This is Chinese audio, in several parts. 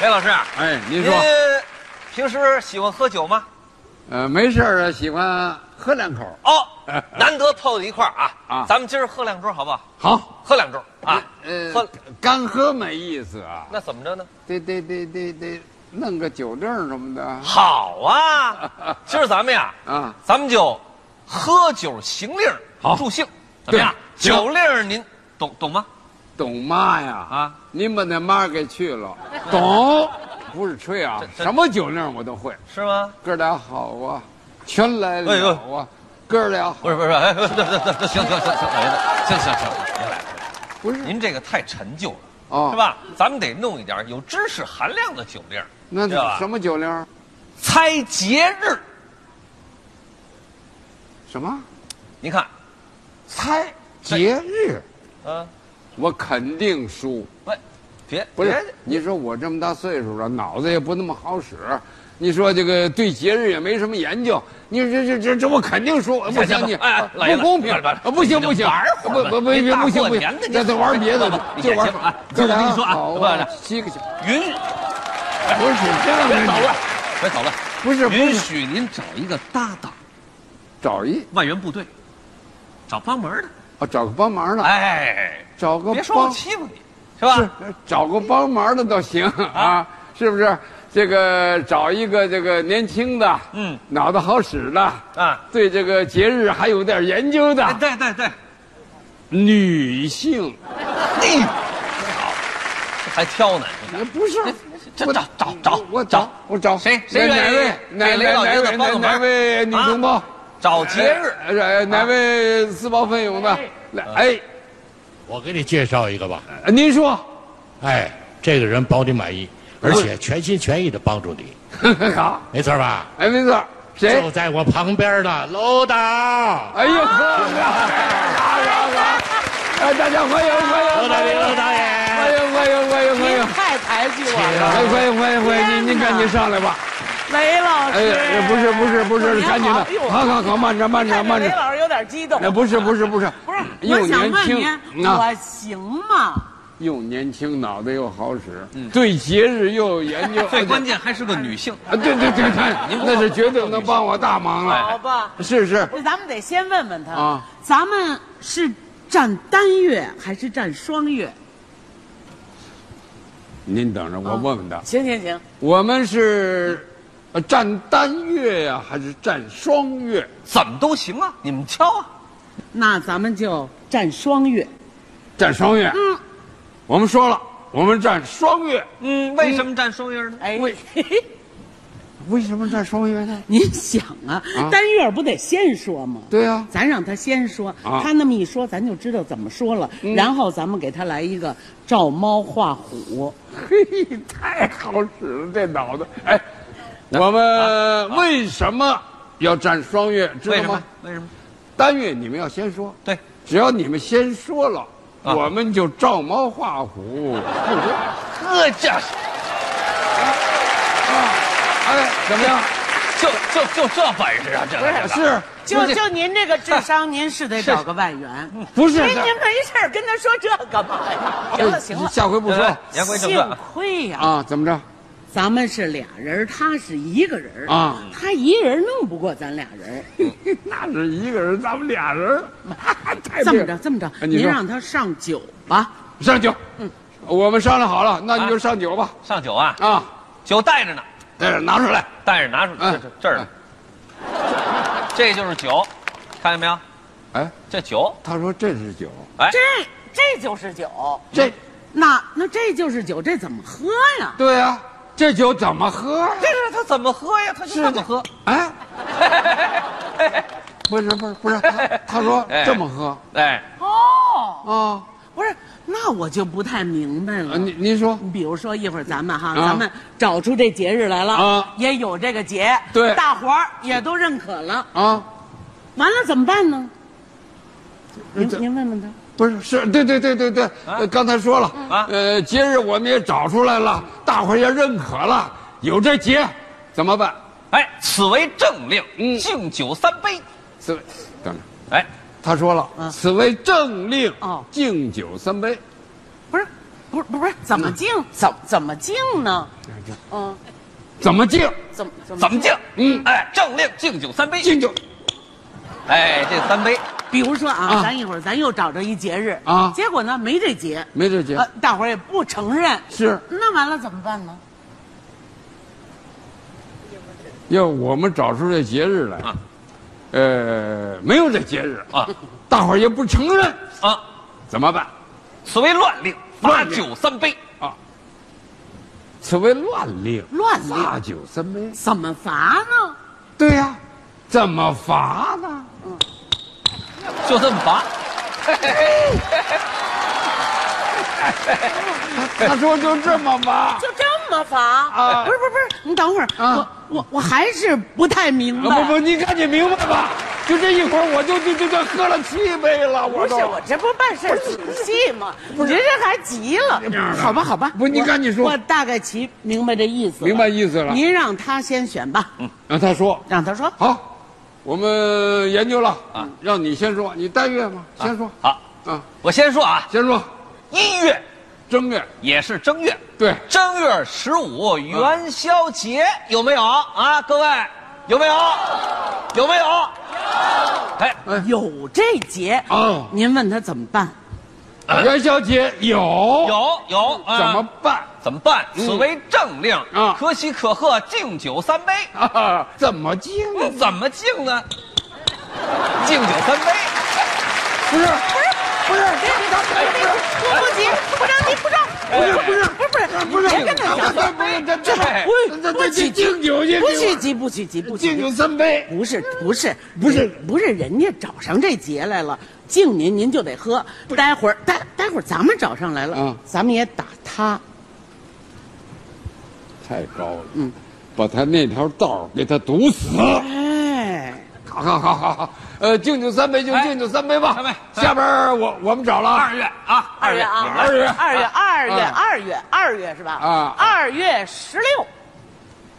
雷老师，哎，您您说，平时喜欢喝酒吗？呃，没事儿啊，喜欢喝两口。 哦，难得泡在一块儿啊啊咱们今儿喝两盅好不好？好喝两盅啊，呃，喝干喝没意思啊，那怎么着呢？得得得得得弄个酒证什么的好 啊，今儿咱们呀，啊。咱们就喝酒行令儿好助兴，怎么样？对行酒令儿您懂懂吗？懂妈呀啊！您把那妈给去 了，懂？不是吹啊这，这什么酒令我都会。是吗？哥俩好啊，全来哎了呦啊，哥俩好不是不是，哎，不是不是不是不是行行行行，哎行行行，您来，不是您这个太陈旧了，啊是？吧？咱们得弄一点有知识含量的酒令儿。那知道吧什么酒令？猜节日，什么您看，猜节日？嗯，我肯定输。喂，别啊不是别，你说我这么大岁数了，脑子也不那么好使。你说这个对节日也没什么研究，你这这这这我肯定输，我相信哎哎老爷不子公平啊老爷子老爷，子不行你不行，玩会不儿吧不不不你大不行过不行年的，你这这玩别的你就玩行啊哥我跟俩你说啊好不啊是，七个小允许不是这别捣样乱，别捣乱，不是不允是许您找一个搭档，找一外援部队，找帮忙的。啊找个帮忙的，哎，找个别说我帮欺负你，是吧？啊是找个帮忙的倒行啊，是不是？这个找一个这个年轻的，嗯，脑子好使的啊，对这个节日还有点研究的哎对对对，女性，你好，这还挑呢？你看那不是这我找找找我找找我找谁谁哪愿意位哪给雷哪老哪爷子位帮个哪哪忙位女啊同胞？找节日，哎哎哪位自报奋勇的？来，哎，我给你介绍一个吧，您说，哎，这个人保你满意，而且全心全意的帮助你，好，没错吧？哎，没错，谁就？在我旁边呢，楼导，哎呦，好，好，好，好，哎，大家欢迎，欢楼迎，导欢你，迎，楼导欢演，迎，欢迎，欢迎，欢迎您。太抬举我了，哎，欢迎欢迎欢迎，天您您哪赶紧上来吧。雷老哎师。呀，不是不是不是，您好赶紧的哎呦，哎好好好，慢着慢着看着慢雷着。哎老师有点激动。那不是不是不是，不是，又我想年问轻您，啊，我行吗？又年轻，脑袋又好使，对节日又有研 究。最关键还是个女性。啊，对对对对，那是绝对能帮我大忙好了。吧，是是，那咱们得先问问他哎啊，咱们是占单月还是占双月？您等着，我问问他，行行行，我们是呃占单月呀，还是占双月？怎么都行啊，你们挑啊。那咱们就占双月。占双月。嗯，我们说了，我们占双月。嗯，为什么占双月呢？哎，为什么占双月呢？您想啊，单月不得先说吗？对啊呀、咱让他先说，啊嗯他那么一说，咱就知道怎么说了。然后咱们给他来一个照猫画虎。 嘿，太好使了，这脑子。哎，我们为什么要占双月？知为道什么吗？？为什么？单月你们要先说，对，只要你们先说了，啊我们就照猫画虎。呵，这 哎，怎么样？就就就这本事啊，这个是就不是就您这个智商，您是得找个外援。不 是？哎您您没事儿跟他说这干嘛呀？行了行了，下回不说言归正幸传啊，亏呀、啊？怎么着？咱们是俩人，他是一个人儿啊嗯他一个人弄不过咱俩人儿。那是一个人，咱们俩人， 太这厉么害着了这么着，哎你您说让他上酒吧。上酒。嗯我们商量好了，那你就上酒吧。上酒啊，啊，酒带着呢，在这拿出来。带着拿出哎这这这儿呢，这就是酒，看见没有？哎，这酒，他说这是酒，哎这，这就是酒，这那那这就是酒，这怎么喝呀？对呀、这酒怎么喝呀？这是他怎么喝呀？他就这么喝， 哎，不是不是不是，他他说哎这么喝哎，哦，啊不是，那我就不太明白了。啊，您您说比如说一会儿咱们哈，啊咱们找出这节日来了，啊也有这个节，对大伙儿也都认可了，啊，完了怎么办呢？您这您问问他，不是是，对对对对对，呃刚才说了啊呃，节日我们也找出来了，大伙儿也认可了，有这节，怎么办？哎，此为政令，嗯敬酒三杯，此为等着，哎，他说了，啊此为政令哦，敬酒三杯，不是，不是不是不是怎嗯么敬？怎怎么敬呢？嗯，怎么敬？怎么怎么怎么敬？嗯哎，政令敬酒三杯。敬酒哎，这三杯，比如说啊，啊咱一会儿咱又找着一节日啊结果呢没这节，没这节啊呃，大伙儿也不承认，是，那完了怎么办呢？要我们找出这节日来，啊呃，没有这节日啊，大伙儿也不承认，啊，怎么办？所谓乱令，罚乱令酒三杯。啊，此为乱令，乱令罚酒三杯。怎么罚呢？对呀、怎么罚呢？就这么罚。他说就这么罚。就这么罚啊不是不是不是，你等会儿，啊我我我还是不太明白。啊、不不，你赶紧明白吧！就这一会儿，我就就就就喝了七杯了，我不是都。我这不办事儿仔细吗？你这人还急了这样，的好吧好吧，不你我赶紧说我大概其明白这意思了，明白意思了您让他先选吧，然后他说让他说：“好，我们研究了啊，让你先说，你带月吗？先说好，啊，我先说啊，先说一月正月，也是正月，对，正月十五元宵节有没有啊？各位有没有？有没有？哎，有这节哦您问他怎么办？元宵节有有有有，啊怎么办怎么办？此为政令啊可喜可贺，敬酒三杯。嗯啊？怎么敬？怎么敬呢？敬酒三杯。不是不是我不急，不着急，不着。不是不是不是不不是，是，别跟他讲，不是这这这这这敬酒去，不许急，不许急，不许敬急酒。三杯。不是不是嗯不是不是，人家找上这节来了，敬您您就得喝。待会儿待待会儿咱们找上来了，嗯啊咱们也打他。太高了，嗯，把他那条道儿给他堵死。哎，好好好好好，呃，敬酒三杯就哎敬酒三杯吧。三杯下边儿我我们找了啊二月啊，二月啊，二月二月二月啊二月二月是吧？啊二月十六，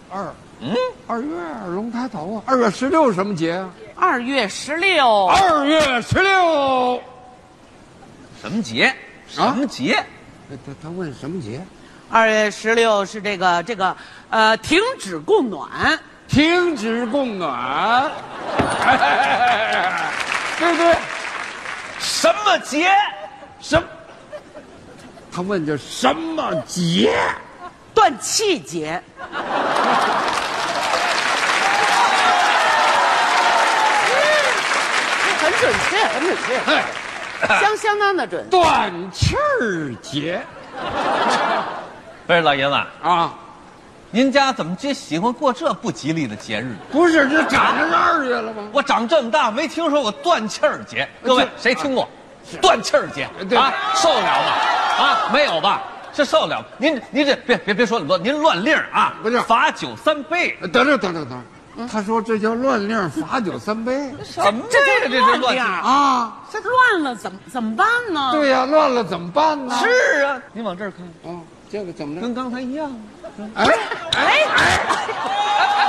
二嗯，二月龙抬头啊，二月十六什么节啊？二月十六，二月十六。什么节？什啊么节？他他问什么节？二月十六是这个这个呃停止供暖，停止供暖。 对对，什么节？什么？他问这什么节？断气节。很准确，很准确。哎，相相当的准。断气儿节不是老爷子，啊。您家怎么就喜欢过这不吉利的节日？不是，这赶上二月了吗？我长这么大没听说过断气儿节，各位这谁听过？断气儿节啊呃对啊，受得了吗？啊，没有吧？这受得了？您您这别别别说那么多，您乱令儿啊！不是罚酒三杯，等等等等等，他说这叫乱令罚酒三杯怎么这这是乱这令儿？啊！这乱了怎么怎么办呢？对呀、乱了怎么办呢？是啊，您往这儿看，啊，这个怎么着？跟刚才一样。哎哎哎！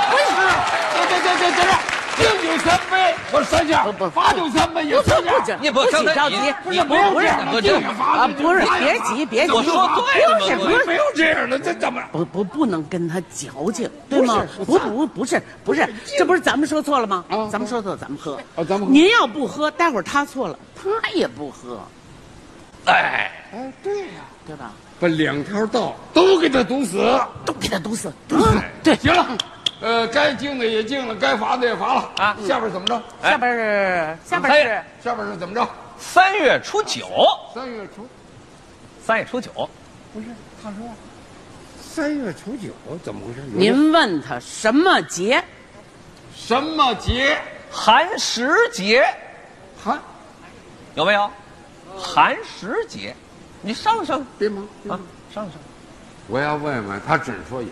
不是，这这这这这敬酒三杯，我三下，罚酒三杯也不三不下。不，你不不刚许才着你急，你不不不是是不是这个啊罚，不是，别急别急，我说对了吗不是我不是。没有这样的，这怎么？不不不能跟他矫情，对吗？不不是不不是不是，这不是咱们说错了吗？啊咱们说错了，咱们喝。啊咱们喝您要不喝，待会儿他错了，他也不喝，哎，哎，对呀、对吧？把两条道都给他堵死。都给他堵死，堵死。嗯嗯对，哎行了，呃，该敬的也敬了，该罚的也罚了嗯啊下边怎么着？下边是下边哎是下边是怎么着？三月初九，三月初三月初九，不是，他说三月初九怎么回事？您问他什么节？什么节？寒食节寒有没有？寒食节，你上上别忙，别啊忙，上上。我要问问他，只说有。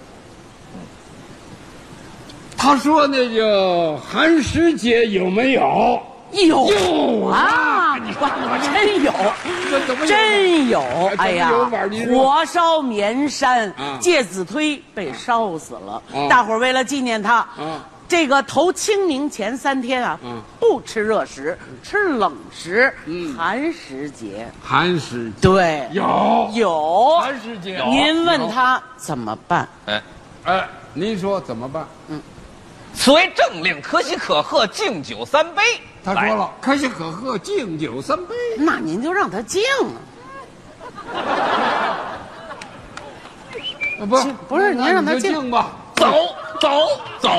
他说那个寒食节有没有？有有啊！你哇我真有，这怎么有真有！哎呀怎么有碗你，说火烧绵山啊，介子推被烧死了啊。大伙儿为了纪念他啊，这个头清明前三天啊，嗯不吃热食，吃冷食，寒食节。寒食对，有有寒食节您问他怎么办？哎，哎，您说怎么办？此为政令，可喜可贺，敬酒三杯。他说了，可喜可贺，敬酒三杯。那您就让他静啊，啊不是不是那您让他你就敬敬吧。走走走，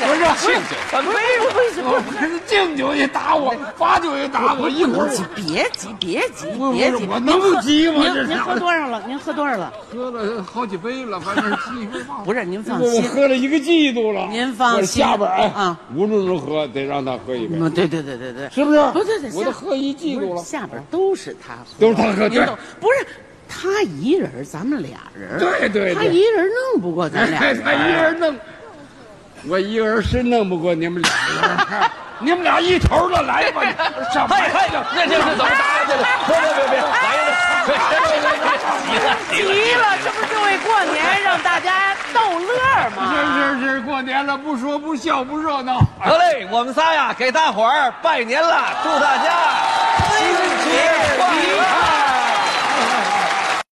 不是敬酒三杯。我不是敬酒也打我，罚酒也打我，一会儿我别急，别急，不别不急，是我您能喝急吗这您是您喝多少了？您喝多少了？喝了好几杯了，反正气氛放不是您放我心，喝了一个季度了。您放心我下边哎，啊无论如何得让他喝一杯，嗯，对对对对对，是不是？不对对，我都下喝一季度不了是。下边都是他喝，都是他喝您对懂不是他一人儿，咱们俩人儿，对对他对一人儿弄不过咱俩哎，人他一人弄，我一人是弄不过你们俩人， 你们俩一头的来 吧，上嘿班嘿，那这是怎么打呀？这是，别别别别，来呀！别别别别，急了急了急了，这不是就为过年让大家逗乐吗？是是是，过年了，不说不笑不热闹。得嘞，我们仨呀，给大伙儿拜年了，祝大家